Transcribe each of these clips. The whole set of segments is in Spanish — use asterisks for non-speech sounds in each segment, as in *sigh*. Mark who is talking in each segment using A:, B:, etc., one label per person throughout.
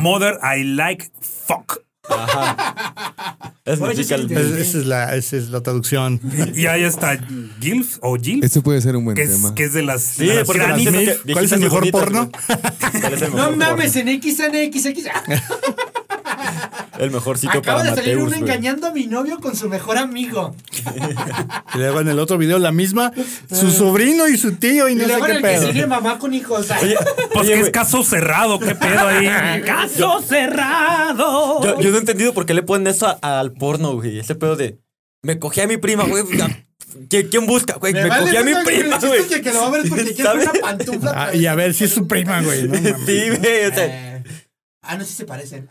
A: Mother I Like Fuck.
B: Es
C: Oye,
B: musical.
C: sí,
D: Es- esa, es la, esa es la traducción.
A: Y ahí está Gilf o Gilf,
E: Este puede ser un buen
A: que es,
E: tema.
A: que es de las,
B: Sí,
A: de las
B: porque
A: grandes-
B: dijiste
D: ¿Cuál es el
B: muy
D: mejor
B: bonitas,
D: porno?
B: güey. ¿Cuál es el
C: No
B: mejor
C: mames,
B: porno? *laughs*
C: en XNXX.
B: El mejor sitio
C: Acaba
B: para
C: de salir
B: Mateus,
C: uno
B: güey.
C: engañando a mi novio con su mejor amigo.
D: Y luego en el otro video la misma, su sobrino y su tío y
C: Y
D: no sé
C: luego en
D: qué
C: el que
D: pedo.
C: sigue mamá con hijos.
B: *laughs* Oye,
A: Pues
B: oye,
A: que es
B: güey,
A: caso cerrado, qué pedo
B: *laughs*
A: ahí. caso cerrado.
B: yo, yo no he entendido por qué le ponen eso a- al porno, güey. Ese pedo de. Me cogí a mi prima, güey. ¿Qui- ¿Quién busca, güey? Me,
C: vale
B: cogí a mi
C: verga, güey,
B: prima,
C: el chiste
B: güey.
C: es Que, que lo va a ver es porque quiere ver
B: ¿Sabes?
C: una pantufla.
D: Ah,
C: pero-
D: y a ver si es su prima, güey. no mames.
B: *laughs* Sí, güey. O sea,
C: *laughs* Eh, Ah, no, sí se parecen.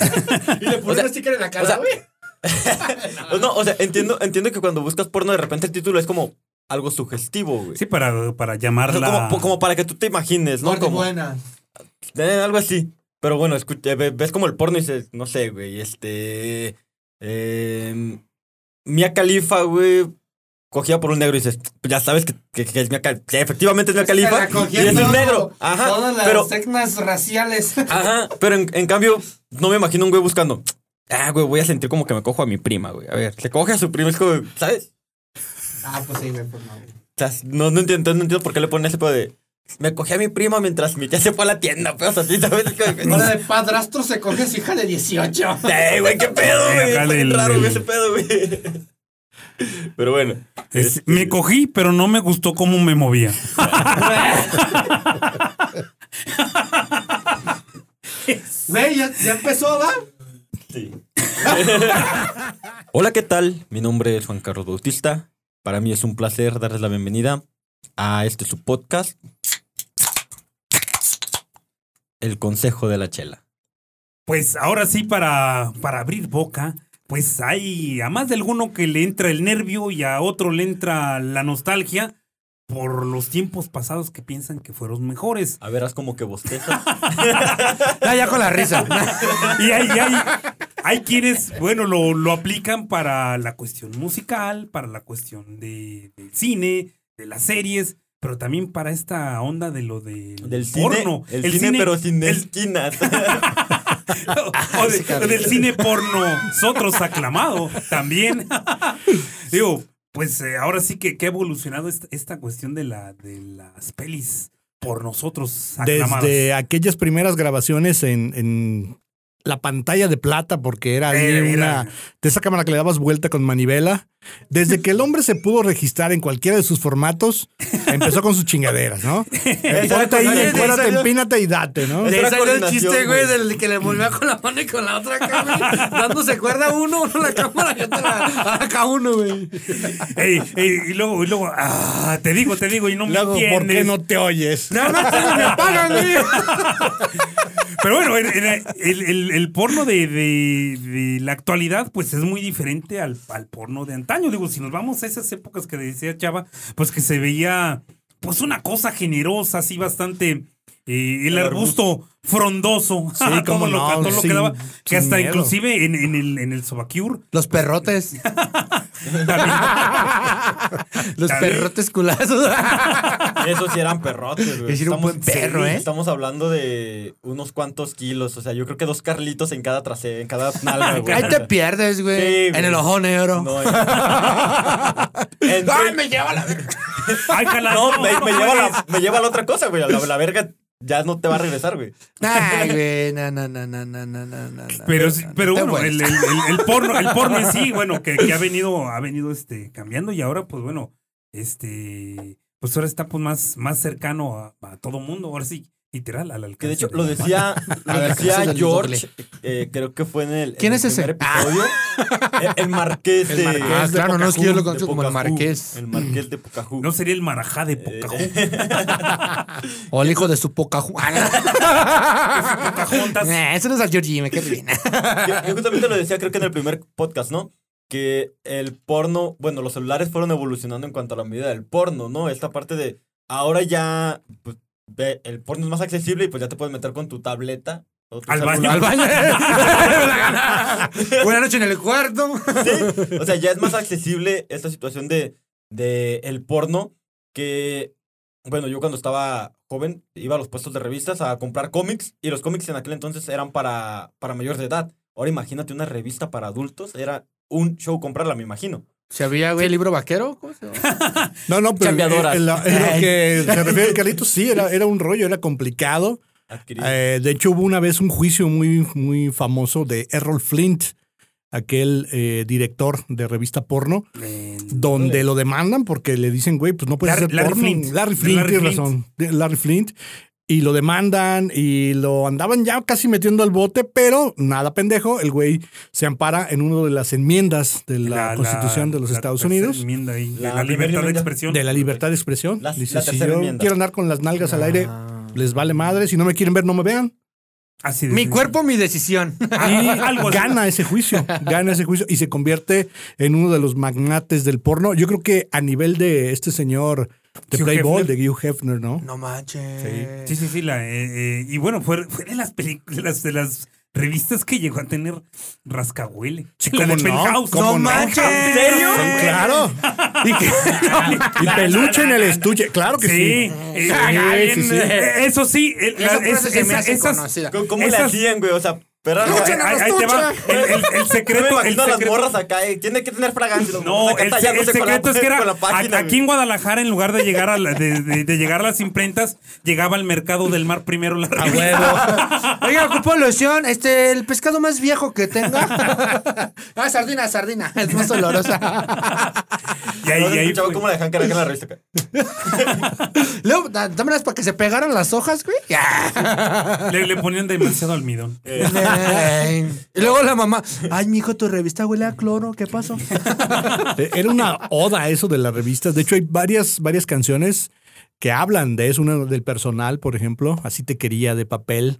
C: *laughs* y le ponen un sticker en la
B: o
C: cara,
B: sea,
C: güey.
B: No, o sea, entiendo, entiendo que cuando buscas porno, de repente el título es como algo sugestivo, güey.
A: Sí, para, para
B: O sea,
A: llamarla.
B: como, como para que tú te imagines, ¿no?
C: Gordi
B: Como,
C: buena.
B: eh, algo así. Pero bueno, escucha, ve- ves como el porno y dices, no sé, güey, este... Eh, Mia Khalifa, güey, cogía por un negro y dices, pues ya sabes que, que- que es Mia Khalifa. efectivamente es Mia
C: Se
B: Khalifa
C: la
B: y
C: cogieron
B: es un
C: todo-
B: negro. Ajá,
C: Todas las
B: pero...
C: etnias raciales. *laughs*
B: Ajá, pero en, en cambio, no me imagino un güey buscando. Ah, güey, voy a sentir como que me cojo a mi prima, güey. A ver, se coge a su prima, es como, ¿sabes?
C: Ah, pues sí, güey, pues no. güey.
B: O sea, no, no entiendo, no entiendo por qué le ponen ese pedo de. Me cogí a mi prima mientras mi tía se fue a la tienda, pero así, ¿sabes?
C: *laughs* Ahora de padrastro se coge a su hija de 18.
B: ¡Ey, güey, qué pedo, güey!
A: Acá
B: Está bien
A: del-
B: raro, güey,
A: del-
B: ese pedo, güey. Pero bueno. este,
A: Es- me cogí, pero no me gustó cómo me movía.
C: Güey, ya, ya empezó, ¿va?
B: Sí. *laughs* Hola, ¿qué tal? Mi nombre es Juan Carlos Bautista. Para mí es un placer darles la bienvenida a este su podcast, El Consejo de la Chela.
A: Pues ahora sí, para, para abrir boca, pues hay a más de alguno que le entra el nervio y a otro le entra la nostalgia por los tiempos pasados que piensan que fueron mejores.
B: A ver, haz como que bostezas.
A: *laughs*
D: Ah, ya con la risa.
A: Y hay, hay, hay quienes, bueno, lo, lo aplican para la cuestión musical, para la cuestión de, del cine, de las series, pero también para esta onda de lo del,
B: Del cine,
A: porno.
B: el, cine, pero sin
A: el-
B: esquinas.
A: *laughs* o de-
B: *laughs*
A: o del cine porno, nosotros aclamado también. *laughs* Digo, pues eh, ahora sí que, que ha evolucionado esta, esta cuestión de, la, de las pelis por nosotros aclamadas.
D: Desde aquellas primeras grabaciones en, en la pantalla de plata, porque Eh, era ahí
A: Era, era.
D: una de esa cámara que le dabas vuelta con manivela. Desde que el hombre se pudo registrar en cualquiera de sus formatos, empezó con sus chingaderas, *laughs* ¿no? Empúrate ahí,
B: Oye,
D: empúrate,
B: ¿en serio?
D: empínate y date, ¿no?
B: De
F: De
B: esa
F: ahí salió el
B: coordinación,
F: chiste, güey,
B: güey.
F: del que le volvía con la mano y con la otra acá, güey. Dándose cuerda a uno, uno a la cámara y otra a la k uno, güey.
A: Ey, ey, y luego, y luego, ah, te digo, te digo, y no me
D: Luego,
A: entiendes.
D: ¿por qué no te oyes?
F: Nada
D: *laughs*
F: más que me apagan, güey.
A: Pero bueno, en- en- el, el- el porno de, de- de la actualidad, pues es muy diferente al, al porno de antaño. Digo, si nos vamos a esas épocas que decía Chava, pues que se veía, pues una cosa generosa, así bastante. eh, el,
B: El
A: arbusto, frondoso.
D: Sí,
A: *laughs* Todo
D: cómo
A: lo,
D: no,
A: todo lo que
D: sin-
A: daba. Que
D: sin
A: hasta
D: miedo.
A: inclusive en, en el, en el Sobacure.
B: *laughs*
F: Los perrotes. Los
A: También.
F: perrotes culazos.
B: Y Esos sí eran perrotes, güey.
F: Ese era un buen perro, ¿eh?
B: Estamos hablando de unos cuantos kilos. O sea, yo creo que dos carlitos en cada trasero, en
F: *laughs*
B: cada nalga, güey.
F: Ahí te pierdes, güey.
B: Sí, güey.
F: en el ojo negro. *laughs*
B: No, en- en-
F: ¡Ay, me lleva la verga!
D: *laughs*
A: Ay, jala,
B: No,
A: no,
B: me,
A: no
B: me lleva
A: puedes.
B: la, me lleva la otra cosa, güey. La, la verga ya no te va a regresar, güey.
F: Ay, güey, no, no, no, no, no, no, no, no.
A: Pero,
F: no,
A: sí-
F: no,
A: pero
F: te
A: bueno,
F: vuelves.
A: el, el- el- el porno,
D: *laughs*
A: el porno en sí, bueno, que, que ha venido, ha venido este, cambiando y ahora, pues bueno, este, pues ahora está pues más, más cercano a, a todo mundo, ahora sí, literal, al alcance.
B: Que de hecho
A: de
B: lo
A: la mano.
B: decía, lo
F: *laughs* A ver,
B: decía
F: ¿qué es el
B: George, eh, creo que fue en el,
F: ¿Quién
B: en
F: es
B: el
F: ese?
B: primer
F: Ah. *laughs*
B: episodio. El, el marqués de.
F: El marqués Ah, de claro, no, es que yo lo Pocahú. conozco
B: de
F: como el
B: Pocahú.
F: marqués.
B: El marqués de Pocahú.
A: No sería el marajá
B: Eh,
A: de Pocahú.
F: O el hijo de su poca
A: Pocahontas.
B: eh,
F: Nah, eso no es al Georgie, me qué *laughs* bien.
B: Yo, yo justamente lo decía, creo que en el primer podcast, ¿no? Que el porno, bueno, los celulares fueron evolucionando en cuanto a la medida del porno, ¿no? Esta parte de ahora ya pues, ve, el porno es más accesible y pues ya te puedes meter con tu tableta. o
A: *laughs*
B: tu
A: Al baño.
B: celular.
F: Al
A: *laughs*
B: *laughs*
F: baño. Buena noche en el cuarto.
B: Sí, O sea, ya es más accesible esta situación de, de el porno que bueno, yo cuando estaba joven iba a los puestos de revistas a comprar cómics y los cómics en aquel entonces eran para, para mayores de edad. Ahora imagínate una revista para adultos, era un show comprarla, me imagino.
F: ¿Se había, güey, el libro vaquero? ¿Cómo se llama?
D: No, no, pero en,
B: Chambeadoras.
D: en la- en lo que se refiere Carlitos, sí, era, era un rollo, era complicado.
B: Adquirir.
D: Eh, de hecho, hubo una vez un juicio muy, muy famoso de Errol Flint, aquel eh, director de revista porno, donde lo demandan porque le dicen, güey, pues no puedes
A: Larry-
D: hacer
A: Larry
D: porno.
A: Flint.
D: Larry Flint,
A: Larry
D: tienes
A: Flint.
D: razón. De- Larry Flint. Y lo demandan y lo andaban ya casi metiendo al bote, pero nada pendejo. El güey se ampara en una de las enmiendas de la, Constitución de los
A: la
D: Estados
A: tercera
D: Unidos.
A: enmienda ahí, de
B: La
A: la,
B: primera
A: libertad de
B: enmienda.
A: expresión.
D: De la libertad de expresión.
B: La-
D: Dice,
B: la
D: si
B: tercera
D: yo
B: enmienda.
D: quiero andar con las nalgas
A: Ah.
D: al aire,
F: Ah.
D: les vale madre. Si no me quieren ver, no me vean.
A: Así de-
F: Mi cuerpo, mi decisión.
A: Ah, algo así.
D: Gana ese juicio, gana ese juicio y se convierte en uno de los magnates del porno. Yo creo que a nivel de este señor de
A: Hugh
D: Playboy,
A: Hefner.
D: de Hugh Hefner, ¿no?
F: No manches.
A: Sí, sí, sí. la, eh, eh, y bueno, fue, fue de las películas, de las revistas que llegó a tener Rascahuele.
D: Sí,
A: la
D: cómo
A: de
D: no,
A: Penthouse.
D: cómo no.
A: ¿En
F: serio?
D: Sí, claro. Y, que- y
A: *laughs*
D: peluche en el estuche, claro que
A: Sí,
D: sí.
A: eh,
D: Sí, sí, sí.
A: eh, eso sí, el-
F: Esa
A: la- es-
F: frase se me
A: esa-
F: hace
A: esas-
F: conocida.
B: ¿Cómo, cómo le
A: esas-
B: hacían, güey? O sea, pero
A: ahí- ahí, ahí te va. El,
B: *laughs*
A: el- el
B: Yo me
A: secreto, el
B: imagino a las
A: secreto-
B: morras acá, eh, tiene que tener fragancia. las
A: No,
B: morras acá
A: el, se- el
B: tallándose con la-
A: secreto es que era
B: *laughs* con la página,
A: a- aquí
B: güey.
A: en Guadalajara, en lugar de llegar a la- de, de- de llegar a las imprentas, llegaba al mercado del mar primero la
D: A
A: revista.
D: huevo.
F: Oiga, ocupo loción. Este, el pescado más viejo que tenga. *laughs* ah, sardina, sardina. Es más olorosa.
A: *laughs* Y ahí,
B: No se
A: y ahí
B: escuchaba
A: fue.
B: cómo la dejan cargar en la revista. acá.
F: Luego, da- dámelas para que se pegaran las hojas, güey. *laughs*
A: le, le ponían demasiado almidón.
F: y luego la mamá. Ay, mijo, tu revista huele a cloro. ¿Qué *laughs* pasó?
D: Eh, Era una oda eso de las revistas. De hecho, hay varias, varias canciones que hablan de eso. Una del personal, por ejemplo, Así te quería de papel.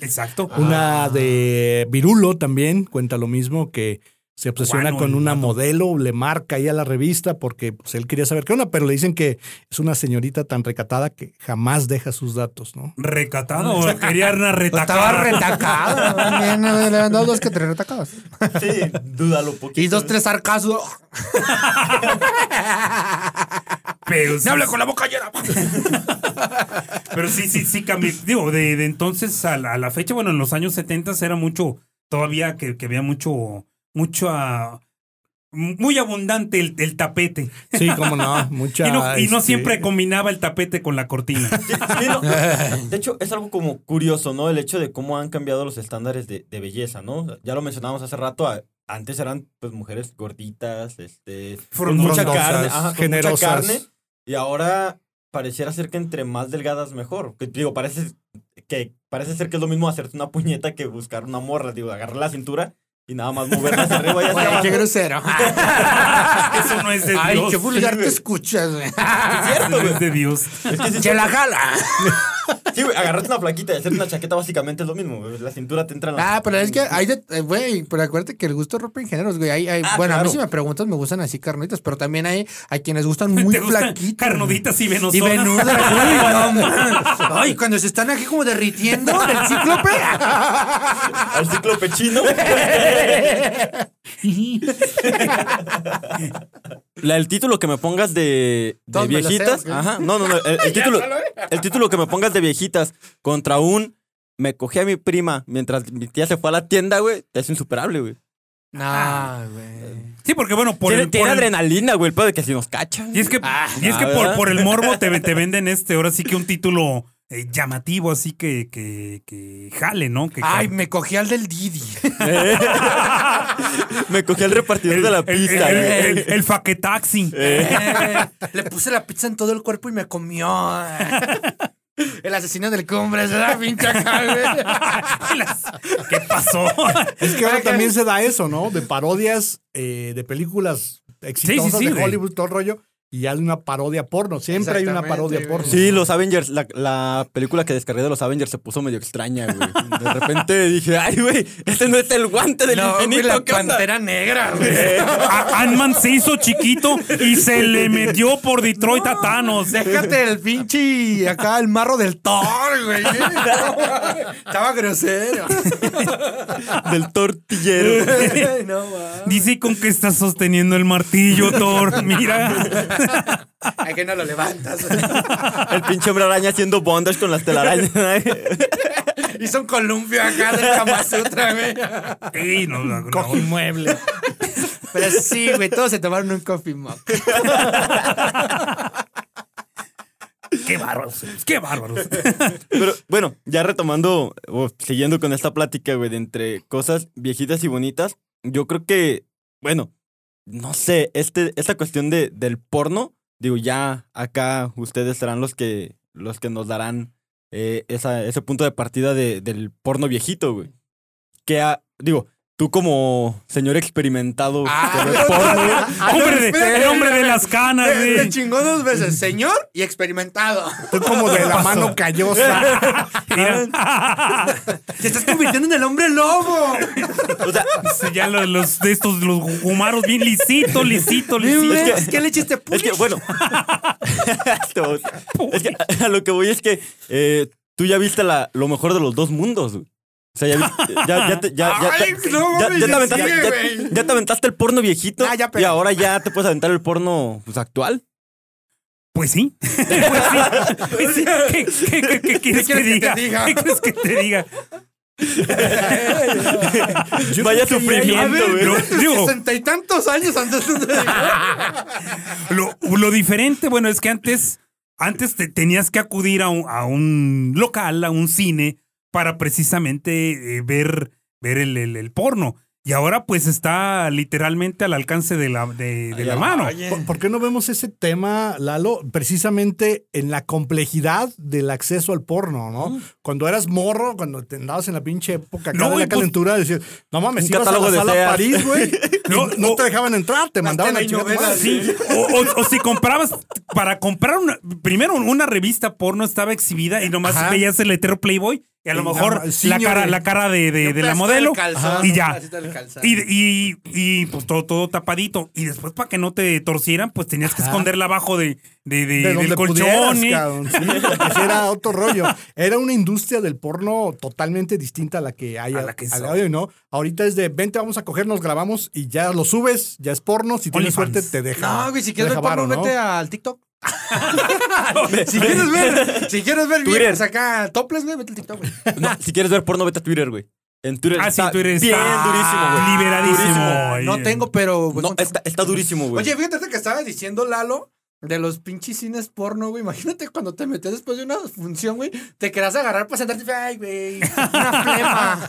A: Exacto.
F: Ah.
A: Ah.
D: Una de Virulo también cuenta lo mismo, que se obsesiona
A: Cubano,
D: con
A: el
D: una
A: vato.
D: modelo, le marca ahí a la revista porque pues, él quería saber qué onda, pero le dicen que es una señorita tan recatada que jamás deja sus datos, ¿no?
A: Recatado, o quería una
F: Estaba
A: retacada.
F: retacada. También eh, le han dado dos que tres retacadas.
B: Sí, dúdalo poquito.
F: Y dos, tres *laughs* sarcasmos.
A: Pero, sí-
F: ¡Me habla con la boca llena!
A: *laughs* pero sí, sí, sí cambió. Digo, de, de entonces a la, a la fecha, bueno, en los años 70 era mucho, todavía que, que había mucho, mucho, ah, muy abundante el, el tapete.
D: Sí, cómo no, *laughs* mucha...
A: y no, y no
D: este,
A: siempre combinaba el tapete con la
F: *laughs*
A: cortina.
B: Sí, sí, no. De hecho, es algo como curioso, ¿no? El hecho de cómo han cambiado los estándares de, de belleza, ¿no? O sea, Ya lo mencionábamos hace rato. a- Antes eran pues mujeres gorditas, este, con mucha
D: Frondosas,
B: carne, ajá, con
D: generosas.
B: mucha carne. Y ahora pareciera ser que entre más delgadas mejor. Que, digo, parece que parece ser que es lo mismo hacerte una puñeta que buscar una morra, digo, agarrar la cintura y nada más moverla hacia arriba y hacia
F: Güey,
B: abajo.
F: qué grosero. *laughs*
A: Eso no es de
F: Ay,
A: Dios.
F: qué vulgar
B: güey.
F: te escuchas, *laughs* güey.
B: Es cierto,
A: Eso no
B: güey.
A: es de Dios.
B: Es que sí,
F: Se la jala.
B: sí, güey, agarrarte una flaquita y hacerte una chaqueta básicamente es lo mismo. güey. La cintura te entra en la...
F: Ah, pero es que hay de, eh, güey, pero acuérdate que el gusto rompe en géneros, güey. Hay, hay-
B: Ah,
F: bueno, a mí
B: claro.
F: si me preguntas me gustan así carnitas, pero también hay a quienes *laughs* gustan muy
A: Te gustan
F: flaquitos.
A: carnuditas y
F: Y
A: venosonas.
F: venudas, *laughs* güey, no, man. Ay, cuando se están aquí como derritiendo *laughs* del cíclope.
B: Al ciclo pechino. La- el título que me pongas de, de
F: Todos me lo sé,
B: viejitas.
F: ¿o qué?
B: ajá. No, no, no. El,
F: *laughs*
B: el título,
F: eh.
B: el título que me pongas de viejitas contra un. Me cogí a mi prima mientras mi tía se fue a la tienda, güey. Es insuperable, güey.
F: No, güey.
A: Sí, porque bueno, por
B: tiene
A: el,
B: tiene
A: por el-
B: adrenalina, güey, el pedo de que si nos cachan.
A: Y es que, *laughs* y es
B: ah,
A: que por,
B: ¿verdad?
A: por el morbo te, te venden este, ahora sí que un título eh, llamativo, así que, que, que jale, ¿no? Que,
F: Ay, me cogí al del Didi.
B: me cogí al repartidor de la
A: el, el,
B: pista,
A: el,
B: güey.
A: el- el faquetaxi.
F: *laughs*
A: *laughs*
F: Eh, *laughs* Le puse la pizza en todo el cuerpo y me comió. *laughs* El asesino del cumbre, se da pinche acá, *laughs* güey.
A: Las- ¿Qué pasó?
D: Es que ahora también se da eso, ¿no? De parodias eh, de películas exitosas
A: sí,
D: de
A: güey.
D: Hollywood, todo el rollo, y ya de una parodia porno. Siempre hay una
F: Exactamente,
D: parodia
F: güey.
D: porno.
B: Sí, los Avengers, la, la película que descargué de los Avengers se puso medio extraña, güey. De repente dije, ay, güey, este no es el guante del
F: No, güey,
B: infinito.
F: la
B: ¿qué onda?"
F: pantera negra, güey.
A: A- Ant-Man se hizo chiquito y se le metió por Detroit a Thanos.
F: Déjate el pinche acá el marro del Thor, güey. Estaba grosero.
B: Del tortillero.
F: *laughs* No, mames.
A: Dice con que estás sosteniendo el martillo, Thor. *laughs* Mira.
F: ¿A que no lo levantas?
B: El pinche hombre araña haciendo bondage con las telarañas.
F: *laughs* Hizo un columpio acá del Kama Sutra, güey.
A: Ey, no, no, no.
D: Coge inmueble.
F: Pero sí, güey, todos se tomaron un coffee mug.
A: Qué bárbaros, eres, qué bárbaros.
B: Pero bueno, ya retomando o siguiendo con esta plática, güey, de entre cosas viejitas y bonitas, yo creo que, bueno, no sé, este, esta cuestión de, del porno, digo, ya acá ustedes serán los que, los que nos darán eh, esa, ese punto de partida de- del porno viejito, güey. Que, ah, digo, tú como señor experimentado
F: Ah,
B: que ve porno, güey,
A: hombre de, el hombre de las canas,
F: Te
A: güey.
F: te chingó dos veces, señor y experimentado.
D: Tú como de la mano callosa.
A: Mira.
F: Te estás convirtiendo en el hombre *laughs* lobo.
B: o sea,
A: *laughs* Sí, ya lo- los, de estos, los gumaros bien lisito, lisito, lisito.
B: Es que-
F: ¿Qué le echaste
B: Es que, bueno. *laughs* Esto- es que a lo que voy es que eh, tú ya viste la, lo mejor de los dos mundos. güey. O sea, ya viste. Ya, ya te, ya, ya te-
F: Ay, no,
B: ya-
F: mames,
B: ya te
F: sí,
B: aventaste, ya-
F: güey.
B: ya te aventaste el porno viejito.
F: Ah, ya, pero-
B: y ahora ya te puedes aventar el porno pues, actual.
A: Pues sí. Pues sí. Pues sí. ¿Qué, qué, qué- qué quieres que,
F: quieres que te
A: diga?
F: diga?
A: ¿Qué quieres que te diga?
B: Vaya
A: creo que ya-
B: sufrimiento,
A: a ver,
B: güey.
A: no.
F: *laughs*
A: Digo-
F: Sesenta y tantos años antes de...
A: Lo, lo diferente, bueno, es que antes, antes te tenías que acudir a un, a un local, a un cine, para precisamente eh, ver, ver el, el- el porno. Y ahora pues está literalmente al alcance de la, de, de la mano.
D: ¿Por, por qué no vemos ese tema, Lalo? Precisamente en la complejidad del acceso al porno, ¿no? Cuando eras morro, cuando te andabas en la pinche época acá
A: No,
D: de
A: güey,
D: la
A: pues-
D: calentura, decías, no mames,
B: Un
D: ibas a la
B: catálogo de
D: sala
B: feas.
D: París, güey.
A: No,
D: No,
A: no.
D: te dejaban entrar, te mandaban a chingar. a tu
F: telenovelas,
D: madre.
A: Sí, o, o- o si comprabas, para comprar una, primero una revista porno estaba exhibida y nomás
D: Ajá.
A: veías el hetero Playboy y a lo
D: Y la-
A: mejor
D: el
A: la
D: ciño
A: cara,
D: de-
A: la cara de, de- eh, de la modelo y ya. Y,
F: Y
A: y, y, pues todo, todo tapadito. Y después para que no te torcieran, pues tenías que
D: Ajá.
A: esconderla abajo de, de, de-
D: de
A: del
D: donde
A: colchón.
D: pudieras,
A: ¿eh?
D: cabrón. Sí, porque sí era otro rollo. Era una industria del porno totalmente distinta a la que hay
A: A
D: a
A: la que
D: a
A: son.
D: la de hoy, ¿no? Ahorita es de, vente, vamos a coger, nos grabamos y ya lo subes, ya es porno. Si tienes
A: OnlyFans.
D: suerte, te deja.
F: No, güey, si
D: te
F: quieres
D: deja
F: ver porno,
D: varo, ¿no?
F: vete al TikTok. si quieres ver, si quieres ver
B: Twitter.
F: viejas acá topless, güey, vete al TikTok, güey.
B: *laughs* No, si quieres ver porno, vete a Twitter, güey. En Twitter
A: Ah, sí,
B: está
A: Twitter
B: bien
A: está
B: durísimo, güey.
A: liberadísimo.
F: No
A: Ahí,
F: tengo, pero... pues, voy
B: No,
F: contigo.
B: está, está durísimo, güey.
F: Oye, fíjate que estaba diciendo Lalo de los pinches cines porno, güey. Imagínate cuando te metes después de una función, güey, te quedas a agarrar para sentarte y ay, güey, una *laughs* flema.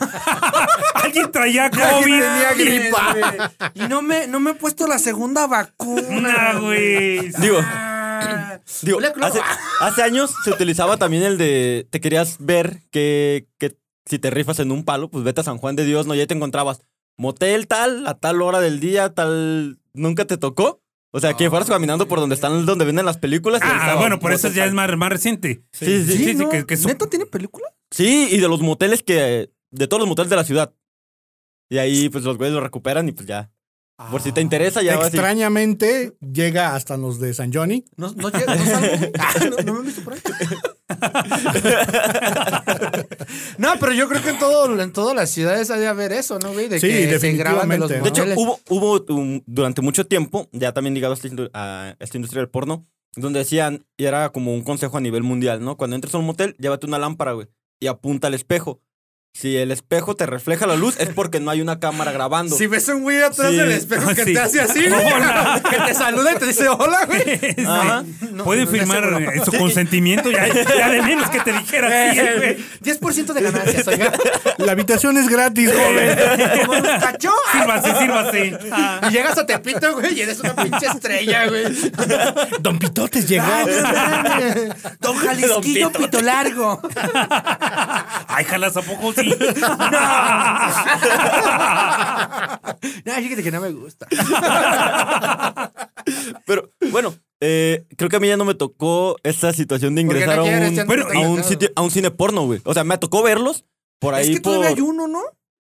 A: Alguien traía
F: Alguien
A: COVID.
F: tenía gripa. Y no me, no me he puesto la segunda vacuna,
A: Una, güey.
B: Digo,
F: Ah.
B: Digo,
F: Huele a cloro.
B: hace, hace años se utilizaba también el de te querías ver que, que si te rifas en un palo, pues vete a San Juan de Dios, no, ya te encontrabas motel tal, a tal hora del día, tal, nunca te tocó. O sea, que fueras caminando por donde están, donde venden las películas. y ahí
A: Ah,
B: *laughs* estaba
A: bueno,
B: un
A: por eso
B: motel
A: ya
B: tal.
A: es más, más reciente.
B: Sí, sí, sí.
A: Sí, sí,
F: ¿no?
A: que- que son-
F: ¿Neta tiene película?
B: Sí, y de los moteles que, de todos los moteles de la ciudad. Y ahí, pues los güeyes lo recuperan y pues ya.
F: Ah.
B: Por si te interesa,
A: Ah,
B: ya vas y-
D: Extrañamente llega hasta los de San Johnny.
F: No, no llega, no *laughs* salgo. Ah, no, no me han visto *laughs* por ahí. no, pero yo creo que en, todo, en todas las ciudades ha de haber eso, ¿no, güey? De
D: Sí,
F: que se graban de los
D: definitivamente, ¿no?
B: De hecho,
F: moteles.
B: hubo, hubo um, durante mucho tiempo, ya también ligado a esta, indu- a esta industria del porno, donde decían, y era como un consejo a nivel mundial, ¿no? Cuando entres a un motel, llévate una lámpara, güey, y apunta al espejo. Si el espejo te refleja la luz, es porque no hay una cámara grabando.
F: Si ves a un güey atrás
B: Sí.
F: del espejo que *laughs*
A: Sí.
F: te hace así, güey, *laughs* que te saluda y te dice hola, *laughs* güey.
B: *laughs* Ajá.
F: No,
A: Pueden
F: no, no,
A: firmar
F: seguro.
A: eh, su consentimiento. Ya, ya de menos que te dijera sí,
B: Eh,
A: güey.
F: 10% de ganancias, oiga.
D: La habitación es gratis, joven. *laughs*
F: Como un *laughs* tacho.
A: Sírvase, sírvase. Ah.
F: Y llegas a Tepito, güey, y eres una pinche estrella, güey.
D: Don Pitotes
F: *laughs*
D: llegó.
B: Ah.
F: Don Jalisquillo
B: Pitote.
F: Pito Largo.
A: Ay, jalas a poco sí.
F: No, fíjate que no me gusta.
B: Pero bueno, eh, creo que a mí ya no me tocó esa situación de
F: Porque
B: ingresar
F: no
B: a,
F: quieres,
B: un,
F: ya no
A: bueno,
F: te
B: a,
F: toca.
B: un sitio- a un cine porno, güey. O sea, me tocó verlos por ahí.
F: Es que todavía
B: por-
F: hay uno, ¿no?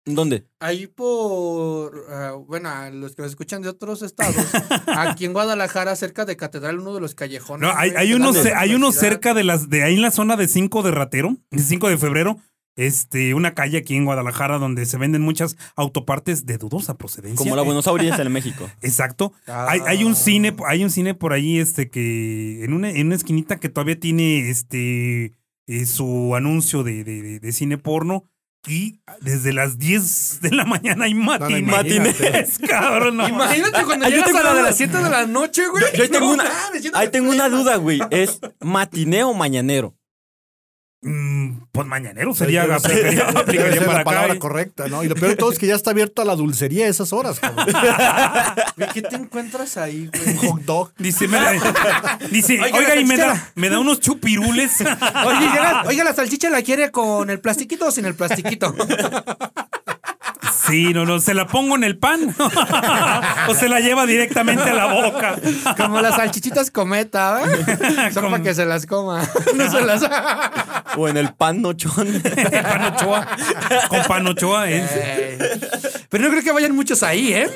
B: ¿Dónde?
F: Ahí por, ah, bueno, a los que nos escuchan de otros estados, *laughs* aquí en Guadalajara, cerca de Catedral, uno de los callejones.
A: No, hay,
F: güey,
A: hay
F: que dan
A: uno,
F: de
A: ce-
F: la
A: hay uno
F: universidad.
A: cerca de las de ahí en la zona de 5 de Ratero, de 5 de febrero, este, una calle aquí en Guadalajara donde se venden muchas autopartes de dudosa procedencia.
B: Como la Buenos Aires en México.
A: Exacto.
F: Ah.
A: Hay, hay un cine, hay un cine por ahí, este, que en una, en una esquinita que todavía tiene este eh, su anuncio de, de- de- de cine porno. Y desde las 10 de la mañana hay
D: no,
A: matinés,
D: imagínate.
A: *laughs* cabrón. no.
F: Imagínate cuando
B: Ah, yo
F: llegas
B: tengo
F: a las
B: una-
F: de las 7 de la noche, güey.
B: Yo ahí tengo
F: No
B: una,
F: mames, *laughs* yo no
B: ahí
F: me-
B: tengo una duda, güey. ¿Es matineo o mañanero?
A: Mm, pues mañanero sería
D: Debe ser- *laughs*
A: aplicaría-
D: debe
A: aplicaría
D: ser
A: para
D: la
A: acá,
D: palabra
A: eh.
D: correcta, ¿no? Y lo peor de todo es que ya está abierto a la dulcería a esas horas, cabrón. *laughs*
F: Güey, ¿Qué te encuentras ahí,
B: *laughs*
D: Un
F: güey?
D: hot dog.
A: Dice,
D: *laughs*
A: me- dice,
F: Oiga,
A: oiga,
F: la
A: y me da,
F: salchichera.
A: me da unos chupirules.
F: *laughs* Oye, llega- oiga, la salchicha la quiere con el plastiquito o sin el plastiquito.
B: *laughs*
A: Sí, no, no, se la pongo en el pan *laughs* o se la lleva directamente a la boca.
F: Como las salchichitas cometa,
B: *laughs*
F: ¿eh? Son
A: Con-
F: para que se las coma. *laughs* No se las.
B: ¿O en el pan
F: *laughs*
B: nochón?
A: Pan Ochoa, con pan Ochoa, ¿eh?
F: Ey. Pero no creo que vayan muchos ahí, ¿eh?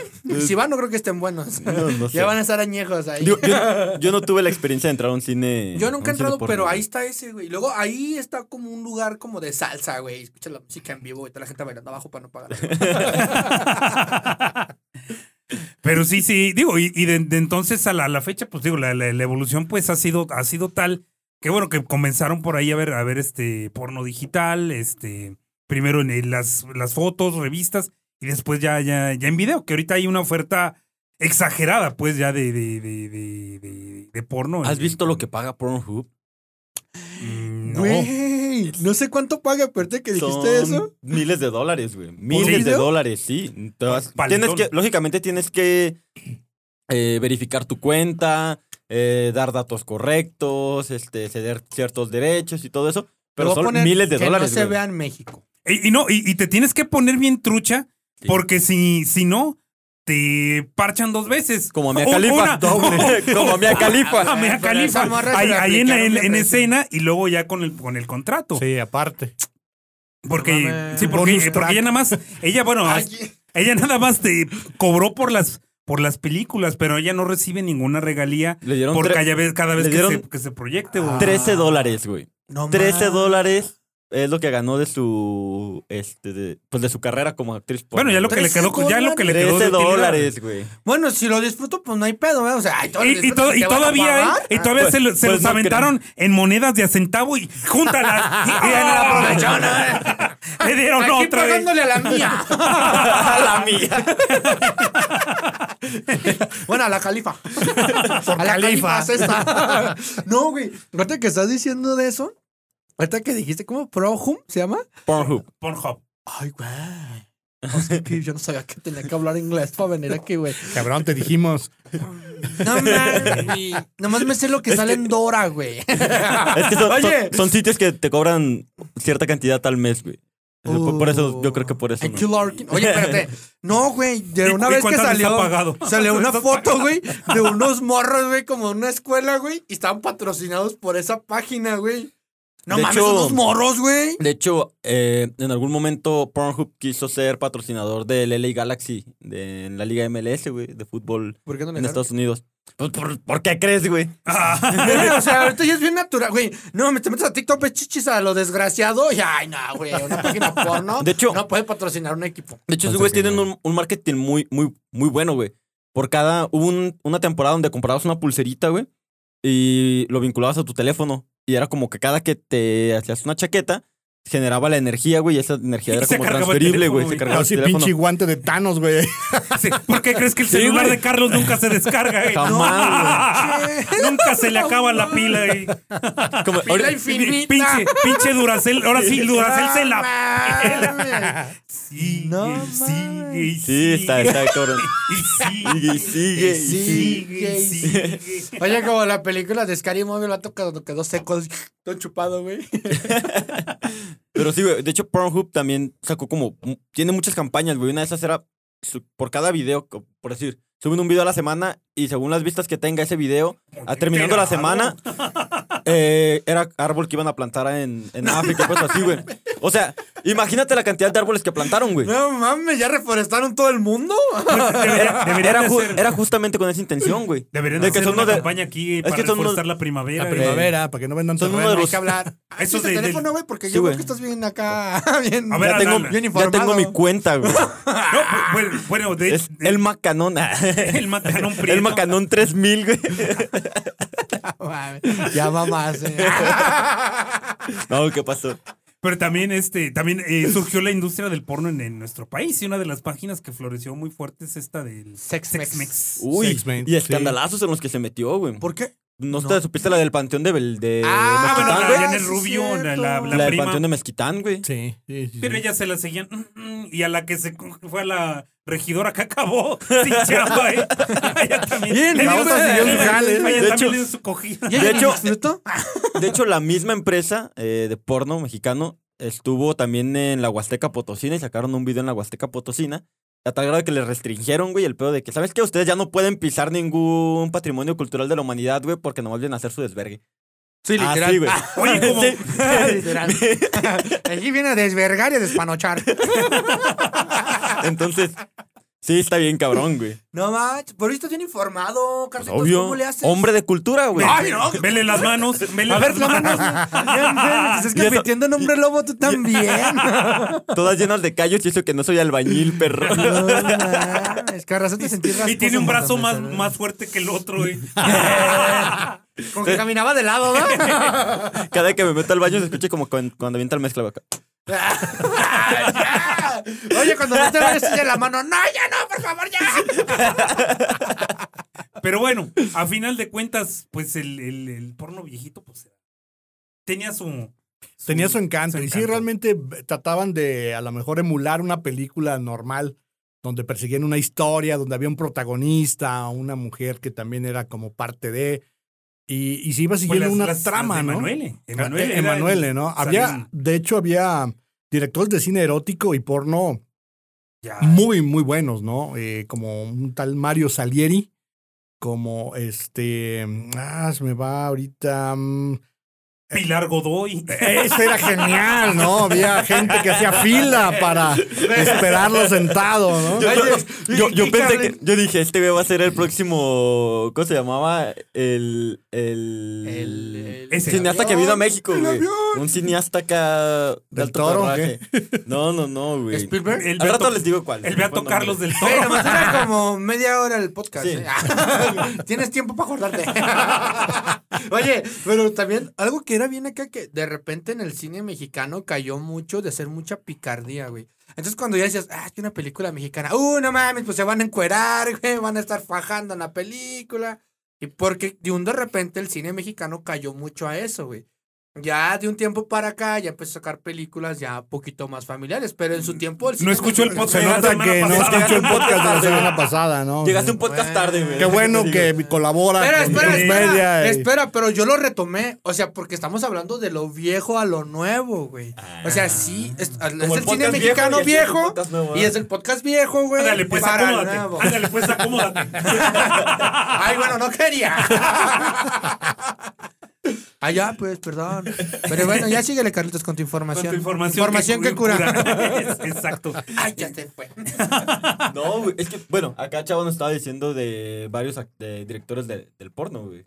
F: Si van, no creo que estén buenos.
B: No, no sé.
F: *laughs* Ya van a estar añejos ahí.
B: Yo, yo- yo no tuve la experiencia de entrar a un cine.
F: Yo nunca he
B: a un cine
F: entrado,
B: porno,
F: pero
B: güey.
F: ahí está ese, güey. Luego ahí está como un lugar como de salsa, güey. Escucha la música en vivo, güey. Está la gente bailando abajo para no pagar.
A: Pero sí, sí, digo, y, y de, de entonces a la, la fecha, pues digo, la, la- la evolución pues ha sido, ha sido tal que bueno, que comenzaron por ahí a ver, a ver este porno digital, este, primero en el- las, las fotos, revistas, y después ya, ya, ya en video, que ahorita hay una oferta exagerada, pues, ya de, de, de, de, de- de porno. eh,
B: ¿Has visto lo que paga Pornhub?
A: Mm, No.
F: Güey, no sé cuánto paga, pero ahorita que dijiste
B: Son
F: eso.
B: Miles de dólares, güey. Miles de
F: video?
B: dólares, sí. Te vas-
A: Paletón.
B: tienes que, lógicamente tienes que eh, verificar tu cuenta, eh, dar datos correctos, este, ceder ciertos derechos y todo eso. Pero
F: Te voy a
B: son
F: poner
B: miles de
F: que
B: dólares.
F: No se
B: güey.
F: vea en México.
A: Y, y no, y, y te tienes que poner bien trucha,
B: Sí.
A: porque si, si no, te parchan dos veces.
B: Como a Mia
A: O
B: Khalifa.
A: una- *laughs*
B: *laughs* Doble. Como a Mia
F: *laughs*
A: a
B: Khalifa.
A: Mia
F: Pero
A: Khalifa.
F: esa morra se
A: Ahí,
F: la
A: ahí en, la- en-
F: aplicaron
A: en
F: bien
A: escena y luego ya con el, con el contrato.
D: Sí, aparte.
A: Porque,
F: No mames.
A: sí,
D: Bonus
A: porque,
D: track.
A: porque ella nada más, ella, bueno,
C: Ay,
A: ella nada más te cobró por las, por las películas, pero ella no recibe ninguna regalía
B: Le dieron
A: por
B: tre-
A: cada vez, cada vez
B: le
A: que,
B: dieron
A: se, que se proyecte. o-
F: Ah.
B: 13 dólares, güey.
F: No
B: 13
F: mames.
B: dólares es lo que ganó de su este de, pues de su carrera como actriz porno.
A: Bueno, ya lo que le quedó, ya lo que le quedó.
B: 13
A: de utilidad.
B: dólares, güey.
F: Bueno, si lo disfruto, pues no hay pedo, ¿verdad? O sea, ay, todo lo
A: Y, y
F: disfruto,
A: to-
F: ¿te
A: y
F: van a
A: todavía,
F: pagar?
A: ¿eh? y todavía
B: Pues-
A: se, lo- se
B: pues
A: los
B: no
A: aventaron en monedas de a centavo y júntalas.
F: *laughs*
A: y, y en la
F: aprovechona.
A: Le dieron
F: Aquí
A: otra. vez.
F: pagándole a la mía.
B: la mía.
F: Bueno, a la califa. a la
D: califa.
F: califa. César. no, güey. Ahorita que estás diciendo de eso, ahorita que dijiste, ¿cómo? ¿Prohum se llama?
B: Pornhub.
A: Pornhub.
F: Ay, güey. O sea, que yo no sabía que tenía que hablar inglés para venir aquí, güey.
D: Cabrón, te dijimos.
F: No mames. Nomás me sé lo que sale en Dora, güey.
B: Es que son,
F: Oye.
B: son- son sitios que te cobran cierta cantidad al mes, güey. Eso, por- Por eso, yo creo que por eso.
F: En
B: no.
F: Kill Larkin. Oye, espérate.
B: *laughs*
F: No, güey.
A: ¿Y
F: De una
A: cu- y
F: vez que
A: cuántas les ha
F: salió.
A: pagado?
F: Salió
B: *laughs*
F: una foto, güey, de unos morros, güey, como en una escuela, güey. Y estaban patrocinados por esa página, güey. No
B: De
F: mames,
B: hecho-
F: unos
B: *laughs*
F: morros, güey.
B: De hecho, eh, en algún momento Pornhub quiso ser patrocinador del LA Galaxy de, en la Liga MLS, güey, de fútbol
F: ¿Por qué no
B: en Estados Unidos. Pues, ¿Por, por qué crees, güey?
F: Güey, o sea, ahorita ya es bien natural, güey. No, me te metes a TikTok, ves chichis a lo desgraciado. Y ay, no, güey, una página porno.
B: De hecho-
F: no puede patrocinar un equipo.
B: De hecho, esos güeyes tienen un, un marketing muy, muy, muy bueno, güey. Por cada. Hubo un- una temporada donde comprabas una pulserita, güey, y lo vinculabas a tu teléfono. Y era como que cada que te hacías una chaqueta, generaba la energía, güey, y esa
A: *laughs*
B: energía
A: Y
B: era
A: se
B: como
A: cargaba el
B: transferible, güey.
A: teléfono,
B: Se
A: güey. Ah,
B: cargaba el
D: Así
B: teléfono.
D: pinche guante de Thanos, güey.
A: Sí, ¿Por qué crees que el celular
B: güey.
A: de Carlos nunca se descarga? güey?
B: Jamás,
F: *laughs*
A: nunca se le acaba la pila. güey.
B: Como-
F: Pila
B: ahorita-
F: infinita.
A: Pinche, pinche Duracel. Ahora sí, Duracel se la
B: *laughs*
F: No mames.
A: Sí,
F: No
A: sigue, y
B: Sí, está,
A: sigue,
B: está, cabrón.
A: Y
B: Sigue,
A: *laughs*
B: y sigue, y
F: Sí.
A: sigue,
B: sigue.
A: y
F: sigue.
A: sigue.
F: Oye, como la película de Scary Movie, el vato cuando quedó seco, *laughs* todo chupado, güey.
B: Pero sí, güey. De hecho, Pornhub también sacó como. Tiene muchas campañas, güey. Una de esas era su- por cada video, co- por decir, suben un video a la ah, semana y según las vistas que tenga ese video, a- terminando la semana,
A: *laughs*
B: eh, era árbol que iban a plantar en, en África, pues así, güey. O sea, imagínate la cantidad de árboles que plantaron, güey.
F: No mames, ¿ya reforestaron todo el mundo?
A: Deberían, deberían
B: Era,
A: de
B: ju-
A: hacer-
B: era justamente con esa intención, güey.
A: deberían
B: de
A: de
B: que
A: hacer
B: son
A: una
B: uno de-
A: campaña aquí
B: es
A: para
B: que son unos-
A: reforzar la primavera.
D: La
A: güey.
D: primavera, para que no vendan
B: Son uno
D: terreno.
B: de los-
F: Hay que hablar.
A: Eso
F: Eso
A: de-
F: el teléfono,
A: del-
F: güey, porque
B: Sí,
F: yo
B: güey.
F: veo que estás bien acá, *laughs* bien,
A: A ver,
B: Ya
A: Alan,
B: tengo,
A: Alan.
F: bien
B: ya
F: informado.
B: tengo mi cuenta, güey.
A: No, bu- bueno, bueno, de *laughs*
B: Es el macanón. *laughs*
A: el macanón prieto.
B: El macanón
A: *laughs*
B: 3000, güey.
F: Ya mamás. eh.
B: No, ¿qué pasó?
A: Pero también, este, también eh, surgió la industria del porno en, en nuestro país y una de las páginas que floreció muy fuerte es esta del
F: Sex
A: Sexmex.
F: Mex.
B: Uy,
D: Sexmen,
B: y
D: sí.
B: escandalazos en los que se metió, güey.
F: ¿Por qué?
B: ¿No, te supiste la del panteón de, Bel- de
A: Ah, bueno,
B: Mezquitán,
A: la
B: güey?
A: de Janet
F: sí,
A: Rubio, la,
F: cierto.
A: la- la
B: La, del
A: prima.
B: panteón de Mezquitán, güey.
D: Sí, sí, sí, sí.
A: Pero ellas se la seguían mm, mm, y a la que se co- fue a la regidora que acabó *laughs* sin chamba, ¿eh? Ella también.
B: Bien,
A: le
B: la
A: dio
B: otra
A: su-
B: siguió su jale.
A: Ella
B: De
A: también
B: hecho-
A: le dio su cogida.
B: *laughs*
F: ¿Ya
B: De
F: ya
B: hecho-
F: disfruto?
B: De hecho, la misma empresa eh, de porno mexicano estuvo también en la Huasteca Potosina y sacaron un video en la Huasteca Potosina. A tal grado que les restringieron, güey, el pedo de que, ¿sabes qué? Ustedes ya no pueden pisar ningún patrimonio cultural de la humanidad, güey, porque nomás vienen a hacer su desvergue.
F: Ah, Sí,
B: Así,
F: *laughs*
B: güey.
A: Oye, como-
B: *laughs* Sí.
F: Literal. *laughs* Aquí viene a desvergar y a despanochar.
B: Entonces, sí, está bien cabrón, güey.
F: No manches, pero estás bien informado,
B: Pues,
F: Carlitos.
B: obvio.
F: ¿Cómo le haces?
B: Hombre de cultura, güey.
A: Ay, no. Vele las manos. Vele
F: A ver,
A: las
F: la mano.
A: manos.
F: Ya ves, Es
B: Y
F: que
B: eso-
F: metiendo en hombre lobo tú también.
B: Todas llenas de callos y eso que no soy albañil, perro. *laughs*
F: Es que razón te sentí
A: Y tiene un brazo
F: *laughs*
A: más, *laughs* más fuerte que el otro, ¿eh?
F: Con que caminaba de lado, ¿no?
B: Cada que me meto al baño se escucha como cuando, cuando avienta el mezcla, güey.
F: Oye, cuando no te ves de la mano, no, ya no, por favor, ya.
A: Pero bueno, a final de cuentas, pues el, el- el porno viejito, pues tenía su.
D: Tenía su encanto.
A: su
D: Y sí, realmente b- trataban de a lo mejor emular una película normal donde perseguían una historia, donde había un protagonista, una mujer que también era como parte de. Y, y se iba
A: Pues
D: siguiendo
A: las-
D: una
A: las-
D: trama,
A: las de
D: ¿no?
A: Emanuele.
D: Eh,
A: Emanuele. era
D: Emanuele,
A: el-
D: ¿no?
A: salían-
D: Había, de hecho, había directores de cine erótico y porno
A: ya.
D: muy, muy buenos, ¿no? Eh, como un tal Mario Salieri, como este. Ah, se me va ahorita. mm,
A: Pilar Godoy.
D: Eso era genial, ¿no? Había gente que hacía fila para esperarlo sentado, ¿no?
B: Yo,
F: Oye,
B: yo- yo
F: y- y
B: pensé
F: Carlin-
B: que. Yo dije, este güey va a ser el próximo. ¿Cómo se llamaba? El. El.
A: Ese.
B: cineasta que vino a México,
F: El
B: güey.
F: avión.
B: Un cineasta acá. De
D: ¿Del
B: alto
D: toro o
B: torraje. No, no, no, güey.
F: Spielberg.
A: El
B: Al
A: Beato-
B: rato les digo cuál.
A: El Beato
B: Cuándo,
A: Carlos
B: güey.
A: del
F: Pero
A: Toro.
F: nomás
A: *laughs*
F: dura como media hora el podcast.
B: Sí.
F: ¿eh? *laughs* Tienes tiempo para
A: *laughs*
F: acordarte. Oye, pero también algo que era bien acá que de repente en el cine mexicano cayó mucho de hacer mucha picardía, güey. Entonces cuando ya decías, ah, es que una película mexicana, uh, no mames, pues se van a encuerar, güey, van a estar fajando en la película. Y porque de un de repente el cine mexicano cayó mucho a eso, güey. Ya de un tiempo para acá ya empezó a sacar películas ya un poquito más familiares, pero en su tiempo el
A: Mm, No escuchó el
F: mexicano-
A: podcast.
D: Se
A: la
D: nota
A: semana
D: que no
A: pasada.
D: escuchó el podcast de la semana pasada, ¿no?
B: Llegaste a un podcast
F: Bueno.
B: tarde, güey.
D: Qué bueno que colabora
F: Espera,
D: con
F: espera,
D: Cruz
F: espera,
D: Media. y-
F: espera, pero yo lo retomé. O sea, porque estamos hablando de lo viejo a lo nuevo, güey. O sea, sí, es, es el,
B: el
F: cine
B: podcast
F: mexicano
B: viejo y es el
F: viejo
B: podcast nuevo,
F: y
B: ¿eh?
F: es el podcast viejo, güey.
A: Ándale, pues
F: para el
A: acomódate.
F: nuevo.
A: Ándale, pues acomódate.
F: Ay, bueno, no quería. *laughs* Ah, ya, pues, perdón. Pero bueno, ya síguele, Carlitos, con tu información.
A: Con tu información.
F: Información que,
B: *laughs*
F: cura.
A: *laughs* Es- Exacto.
F: Ay, ya se fue.
B: Pues No, güey. Es que, bueno, acá Chavo nos estaba diciendo de varios ac- de directores de- del porno, güey.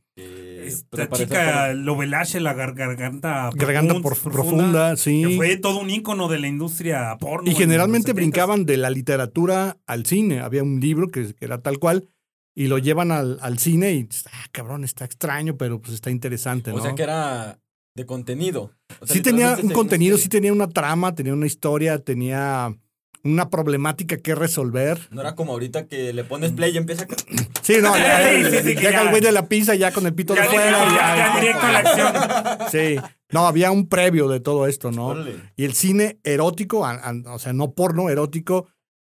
B: que,
F: Eh,
B: pues,
A: Esta
B: al parecer,
A: chica Lovelace, la gar- garganta,
D: Garganta por- profunda, sí.
A: que fue todo un ícono de la industria porno.
D: Y
A: en los
D: generalmente
A: 70s.
D: brincaban de la literatura al cine. Había un libro que, que era tal cual y lo llevan al, al cine y, ah, cabrón, está extraño, pero pues está interesante, ¿no?
B: O sea que era de contenido. O sea,
D: sí tenía
B: literalmente
D: un
B: se-
D: contenido, sí tenía una trama, tenía una historia, tenía una problemática que resolver.
B: No era como ahorita que le
D: Mm.
B: pones play y empieza. a-
D: Sí,
A: *laughs*
D: no, ya,
A: Sí, sí, sí, que
D: llega
A: ya.
D: el güey de la pizza ya con el pito
A: Ya,
D: de fuera.
A: ya, ya, ya directo a la acción.
D: Sí. No, había un previo de todo esto, ¿no?
B: Órale.
D: Y el cine erótico, a- a- o sea, no porno, erótico,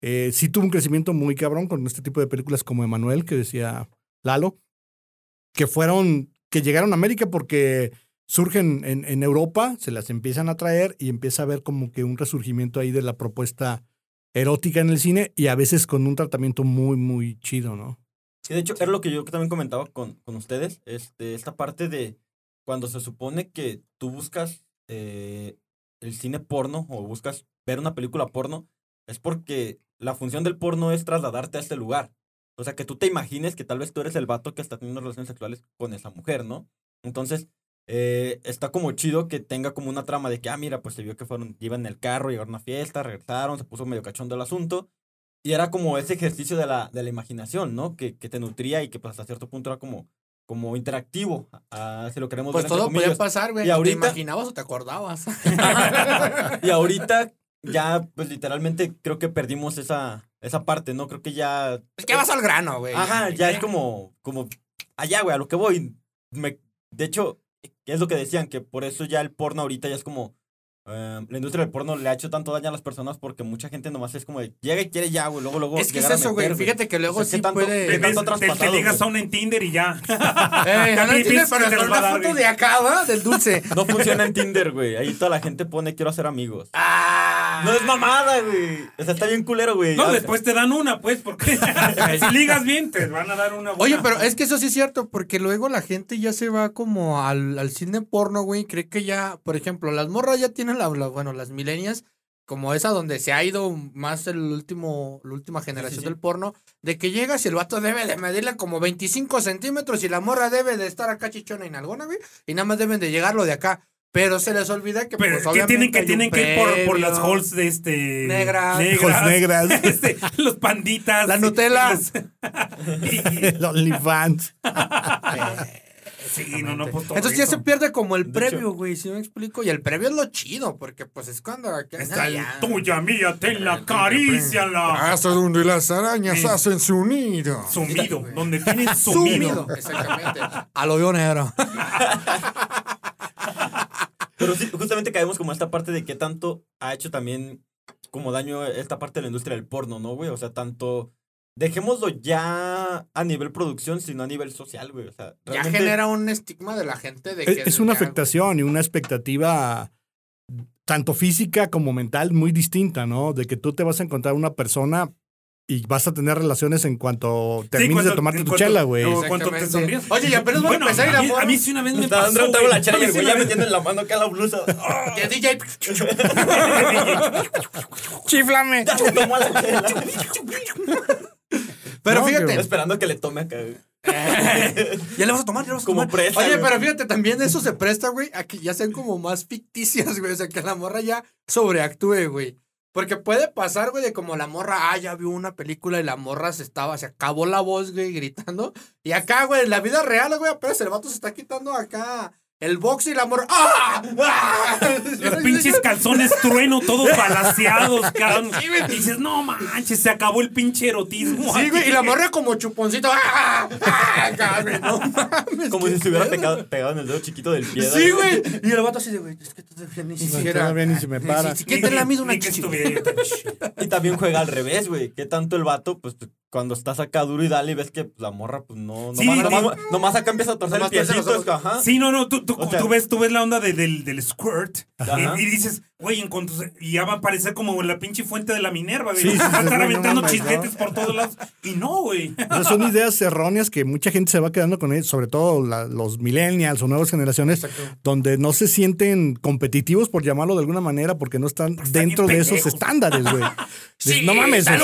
D: eh, sí tuvo un crecimiento muy cabrón con este tipo de películas como Emanuel, que decía Lalo, que fueron, que llegaron a América porque surgen en, en Europa, se las empiezan a traer y empieza a haber como que un resurgimiento ahí de la propuesta erótica en el cine y a veces con un tratamiento muy, muy chido, ¿no?
B: Sí, de hecho, era lo que yo también comentaba con, con ustedes. Este, esta parte de cuando se supone que tú buscas eh, el cine porno o buscas ver una película porno, es porque la función del porno es trasladarte a este lugar. O sea, que tú te imagines que tal vez tú eres el vato que está teniendo relaciones sexuales con esa mujer, ¿no? Entonces, eh, está como chido que tenga como una trama de que, ah, mira, pues se vio que fueron, iban en el carro, llegaron a una fiesta, regresaron, se puso medio cachondo el asunto. Y era como ese ejercicio de la, de la imaginación, ¿no? Que, que te nutría y que pues hasta cierto punto era como, como interactivo, ah, si lo queremos
F: Pues
B: ver entre
F: todo podía
B: comillas.
F: pasar, güey.
B: Y ahorita-
F: ¿Te imaginabas o te acordabas? *laughs*
B: Y ahorita ya, pues literalmente creo que perdimos esa, esa parte, ¿no? Creo que ya...
F: es que vas al grano, güey.
B: Ajá, ya es como, como allá, güey, a lo que voy. Me, de hecho, es lo que decían, que por eso ya el porno ahorita ya es como... eh, la industria del porno le ha hecho tanto daño a las personas porque mucha gente nomás es como de llega y quiere ya, güey, luego, luego.
F: Es que es
B: llegar a
F: eso, güey.
B: meter,
F: Fíjate que luego
B: O sea, ¿qué
F: sí
B: tanto-
F: puede.
B: qué
A: Te,
B: tanto
A: ves- te- te
B: traspasado,
A: ligas
B: güey.
A: a una en Tinder y ya.
F: Eh, no
A: También
F: entiendes,
A: piensas
F: pero
A: que te
F: hasta
A: los va a
F: una
A: dar,
F: foto
A: güey.
F: de acá, ¿verdad? Del dulce.
B: No funciona
F: *laughs*
B: en Tinder, güey. Ahí toda la gente pone quiero hacer amigos.
F: ¡Ah!
B: No es mamada, güey. O sea, está bien culero, güey.
A: No,
B: Ah,
A: después te dan una, pues,
F: *laughs*
A: porque si ligas bien, te van a dar una buena.
F: Oye, pero es que eso sí es cierto, porque luego la gente ya se va como al, al cine porno, güey. Cree que ya, por ejemplo, las morras ya tienen, la, la- bueno, las milenias, como esa donde se ha ido más el último, la última generación
B: sí.
F: del porno, de que llegas y el vato debe de medirle como 25 centímetros y la morra debe de estar acá chichona y nalgona, güey. Y nada más deben de llegar lo de acá. Pero se les olvida que,
A: Pero
F: pues,
A: que tienen
F: obviamente
A: que
F: hay un
A: tienen que ir por, por las
F: previo.
A: halls de este
F: Negras.
D: Halls negras.
A: *laughs* Este, los panditas.
F: La
A: *laughs*
F: Nutella.
A: Y-
D: *laughs* El OnlyFans.
A: sí, no, no, pues, todo
F: Entonces ya
A: eso.
F: se pierde como el
B: De
F: previo,
B: hecho.
F: güey, si me explico. Y el previo es lo chido, porque pues es cuando... acá-
A: Está el
F: ya.
A: tuya, mía, ten la caricia, la.
C: Hasta donde las arañas
A: Sí.
C: hacen su nido.
A: Sumido,
F: güey.
A: donde tienen
F: Sumido.
A: sumido.
F: Exactamente. Al hoyo negro.
B: Pero sí, justamente caemos como en esta parte de qué tanto ha hecho también como daño esta parte de la industria del porno, ¿no, güey? O sea, tanto... Dejémoslo ya a nivel producción, sino a nivel social, güey. O sea,
F: Ya
B: realmente...
F: genera un estigma de la gente de que...
D: Es, es una
F: ya-
D: afectación y una expectativa tanto física como mental muy distinta, ¿no? De que tú te vas a encontrar una persona y vas a tener relaciones en cuanto termines
A: cuando-
D: de tomarte
A: en
D: tu
A: cuanto-
D: chela, güey.
A: o cuando te
F: Exactamente.
A: sonríes.
F: Oye, y apenas van a empezar a ir a
A: mí-
F: foros.
A: A mí sí una vez
B: Me
A: me
B: está dando
A: pasó,
B: un trago
A: güey.
B: la chela
A: A mí
B: y el
A: sí
B: güey
A: una
B: ya
A: vez-
B: metiendo la mano acá en la blusa.
F: *laughs*
B: ¡Ah!
F: Ya DJ...
D: ¡Chiflame!
B: *laughs* Ya se tomó la chela.
F: *laughs* Pero
D: No,
F: fíjate...
D: que-
B: Esperando que le tome acá, güey.
F: *laughs* Ya le vas a tomar, ya le vas a
B: Como
F: tomar.
B: presa,
F: Oye,
B: güey.
F: pero fíjate, también eso se presta, güey, a que ya sean como más ficticias, güey. O sea, que la morra ya sobreactúe, güey. Porque puede pasar, güey, de como la morra, ah, ya vio una película y la morra se estaba, se acabó la voz, güey, gritando. Y acá, güey, en la vida real, güey, apenas el vato se está quitando acá el box y la morra, ¡ah! ¡Ah! *laughs*
A: Los pinches calzones trueno, todos balaseados, cabrón. Y dices, no manches, se acabó el pinche erotismo.
F: Sí,
A: aquí".
F: güey, y
A: *laughs*
F: la morra como chuponcito, ¡ah! ¡Ah! Acá, güey, no mames.
B: *laughs* Como
F: qué
B: si se hubiera
F: pedo.
B: pegado, pegado en el dedo chiquito del pie.
F: Sí, güey.
D: *laughs*
F: Y el vato así de, güey, es que todavía ni siquiera.
D: todavía ni se me para.
F: Ni siquiera te la mido una
A: Ni que
F: chichi.
A: estuviera yo tan chido.
B: Y también juega al revés, güey. ¿Qué tanto el vato, pues tú- cuando estás acá duro y dale y ves que la morra, pues no.
A: Sí,
B: nomás,
A: sí.
B: nomás- nomás acá empieza a torcer
F: Nomás
B: el
F: tuerce los
B: piecito.
F: ojos.
B: ajá.
A: Sí, no, no, tú, tú,
B: O sea-
A: tú ves, tú ves la onda de- del, del squirt eh,
B: Ajá.
A: y, y dices, güey, en cuanto se- y ya va a aparecer como la pinche fuente de la Minerva, güey.
D: Sí, sí,
A: va a
D: sí,
A: estar
D: güey, no
A: aventando
D: mames,
A: chisquetes por todos lados. Y no, güey.
D: O sea, son ideas erróneas que mucha gente se va quedando con ellas, sobre todo la- los millennials o nuevas generaciones, donde no se sienten competitivos, por llamarlo de alguna manera, porque no están
A: están
D: dentro de
A: bien
D: esos
A: pendejos. *laughs*
D: estándares, güey. Dices, no mames, o
A: salud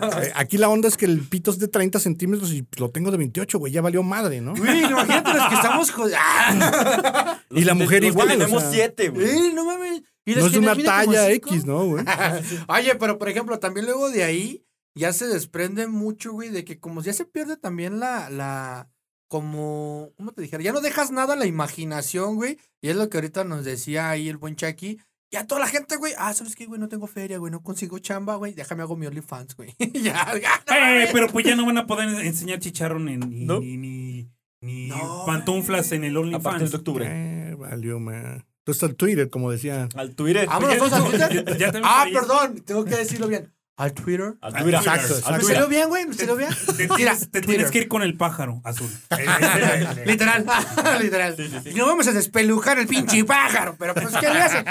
A: *laughs* por
D: eh, aquí la onda es que el pito es de 30 centímetros y pues, lo tengo de 28, güey, ya valió madre, ¿no?
F: Güey, imagínate los que estamos
A: *laughs*
F: jod- ¡Ah!
D: Y la
B: Los
D: mujer
B: que
D: igual. o
B: Tenemos
D: sea,
B: siete, güey.
F: Güey, no mames. ¿Y
D: no
F: los
D: es de
F: que
D: una
F: les miden como
D: talla
F: cinco?
D: X, ¿no, güey?
F: *laughs*
A: Ah,
F: Oye, pero por ejemplo, también luego de ahí ya se desprende mucho, güey, de que como ya se pierde también la, la, como, ¿cómo te dijera? Ya no dejas nada a la imaginación, güey. Y es lo que ahorita nos decía ahí el buen Chucky. Ya toda la gente, güey, ah, ¿sabes qué, güey? No tengo feria, güey, no consigo chamba, güey. Déjame hago mi OnlyFans, güey. *laughs* ya, ya. no
A: Eh,
F: mames.
A: pero pues ya no van a poder enseñar chicharrón en- ni,
B: No.
A: ni, ni, ni
F: No,
A: pantuflas en el
B: A partir de
F: *laughs*
A: OnlyFans.
B: octubre.
D: Eh, valió, man. Entonces está el Twitter, como decía.
B: Al Twitter.
F: Vámonos todos a Twitter.
A: Ya- ya te
F: Ah,
A: vi.
F: perdón, tengo que decirlo bien. Al Twitter. Ah,
B: Al Twitter.
D: Exacto,
B: Al
D: exacto.
F: ¿Me
B: Twitter.
F: salió bien, güey? ¿Me salió bien?
A: Te,
F: Mira,
A: tienes, te tienes que ir con el pájaro
F: *laughs*
A: azul. Eh,
B: *laughs*
F: Literal, *laughs* literal. No vamos a despelujar el
B: *laughs*
F: pinche pájaro, pero pues, ¿qué le hace?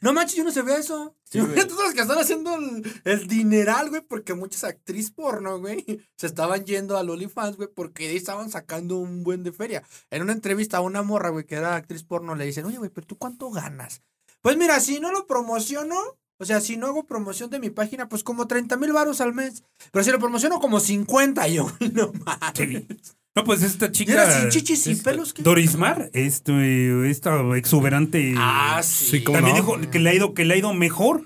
F: no manches, yo no sabía eso.
B: Sí,
F: Yo
B: güey.
F: veía todos los que están haciendo el, el dineral, güey, porque muchas actrices porno, güey, se estaban yendo al OnlyFans, güey, porque ahí estaban sacando un buen de feria. En una entrevista a una morra, güey, que era actriz porno, le dicen, oye, güey, pero ¿tú cuánto ganas? Pues mira, si no lo promociono, o sea, si no hago promoción de mi página, pues como 30 mil varos al mes. Pero si lo promociono como 50, yo, *laughs* no mames.
A: Sí. No, pues esta
F: ¿Y era
A: chica.
F: sin chichis,
A: este,
F: sin pelos? ¿qué?
A: Dorismar, este, esta exuberante.
F: Ah, sí.
D: Sí, ¿cómo
A: también
D: no?
A: dijo que le ha ido, que le ha ido mejor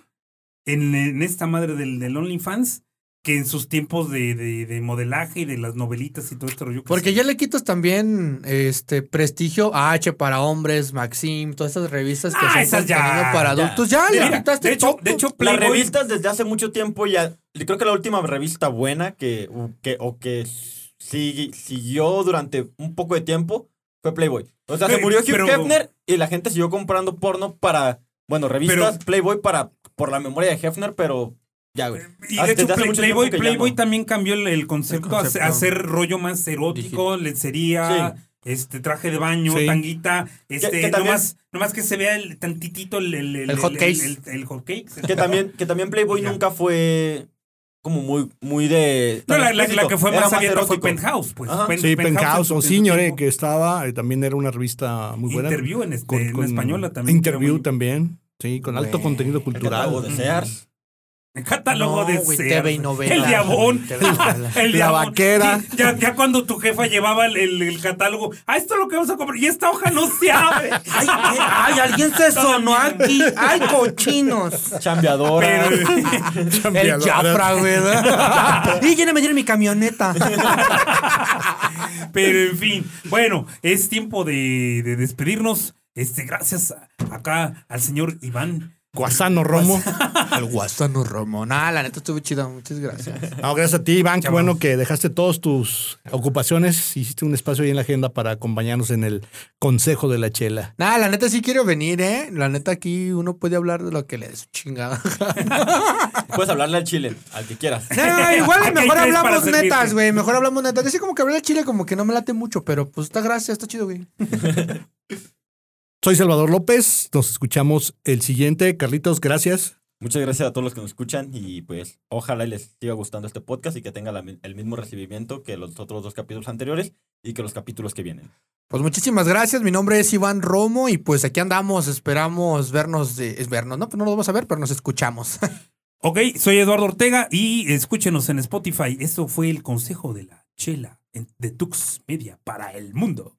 A: en, en esta madre del, del OnlyFans que en sus tiempos de, de- de modelaje y de las novelitas y todo este rollo. que
F: Porque
A: sí.
F: ya le quitas también este prestigio a H para hombres, Maxim, todas esas revistas que
A: Ah,
F: son
A: esas
F: contenido
A: ya,
F: para
B: ya.
F: adultos.
D: Ah,
F: Ya,
A: Mira,
F: le quitaste
A: de hecho,
F: todo.
A: de hecho
B: Las
A: Playboy,
B: revistas desde hace mucho tiempo ya. yo Creo que la última revista buena que, o que, o que sigui- siguió durante un poco de tiempo fue Playboy. O sea, se
A: Pero-
B: murió Hugh
A: pero-
B: Hefner y la gente siguió comprando porno para. Bueno, revistas Playboy para por la memoria de Hefner, pero ya, güey.
A: y
B: Ah,
A: de hecho
B: desde hace
A: Play-
B: mucho
A: Playboy,
B: tiempo que ya
A: Playboy
B: no.
A: también cambió el, el concepto,
F: El concepto.
A: a hacer rollo más erótico, lencería, este traje de baño,
D: Sí.
A: tanguita, este,
B: que también-
A: nomás, nomás que se vea el tantitito el, el,
F: El hot cakes.
A: el- el hot cakes.
B: Que también, que también Playboy
A: Ya.
B: nunca fue como muy, muy de.
A: *laughs* No,
B: tan
A: la, la- la que
B: explícito.
A: fue
B: Era
A: más abierta fue
B: erótico.
A: Penthouse, pues.
B: Ajá.
A: Pen-
D: Sí,
A: en
D: Penthouse
A: su-
D: o
A: en su
D: Signore,
A: tiempo.
D: que estaba, eh, también era una revista muy buena.
A: Interview en, este, en española también.
D: Interview
A: Era muy-
D: también, sí, con alto
F: Güey,
D: contenido
B: El catálogo
D: cultural. Mm.
B: de
D: *laughs*
B: Sears.
A: El catálogo
F: No,
A: de
F: güey,
A: Sears.
F: TV y novela.
A: El diabón.
F: TV y novela.
A: *laughs* El
D: La
A: diabón.
D: vaquera.
A: Sí, Ya, ya cuando tu jefa llevaba el, el- el catálogo. Ah, esto es lo que vamos a comprar. Y esta hoja no se abre.
F: *laughs* Ay, ¿qué? ay, alguien se sonó aquí. Ay, cochinos.
B: Chambeadora.
A: *laughs* Pero,
F: El chafra, güey.
A: *laughs*
F: y lléname, lléname mi camioneta.
A: pero en fin. Bueno, es tiempo de, de despedirnos. Este, gracias a- acá al señor Iván.
D: Guasano *laughs* Romo.
F: El guasano Romo. Nah, la neta estuvo chido. Muchas gracias.
D: No, gracias a ti, Iván. Qué
A: Chao.
D: bueno que dejaste todas tus ocupaciones. Hiciste un espacio ahí en la agenda para acompañarnos en el Consejo de la Chela.
F: Nah, la neta sí quiero venir, ¿eh? La neta aquí uno puede hablar de lo que le dé su chingada.
B: Puedes hablarle al chile, al que quieras.
F: *laughs* No,
A: Aquí hay
F: igual mejor
A: tres para
F: hablamos
A: servirte.
F: netas, güey. Mejor hablamos netas. Dice como que hablar de Chile como que no me late mucho, pero pues está gracia, está chido, güey.
D: Soy Salvador López. Nos escuchamos el siguiente. Carlitos, gracias.
B: Muchas gracias a todos los que nos escuchan y pues ojalá y les siga gustando este podcast y que tenga la mi- el mismo recibimiento que los otros dos capítulos anteriores y que los capítulos que vienen.
F: Pues muchísimas gracias. Mi nombre es Iván Romo y pues aquí andamos. Esperamos vernos de. Es vernos, ¿no? Pues no nos vamos a ver, pero nos escuchamos.
A: Ok, soy Eduardo Ortega y escúchenos en Spotify. Esto fue el consejo de la chela en- de Tux Media para el mundo.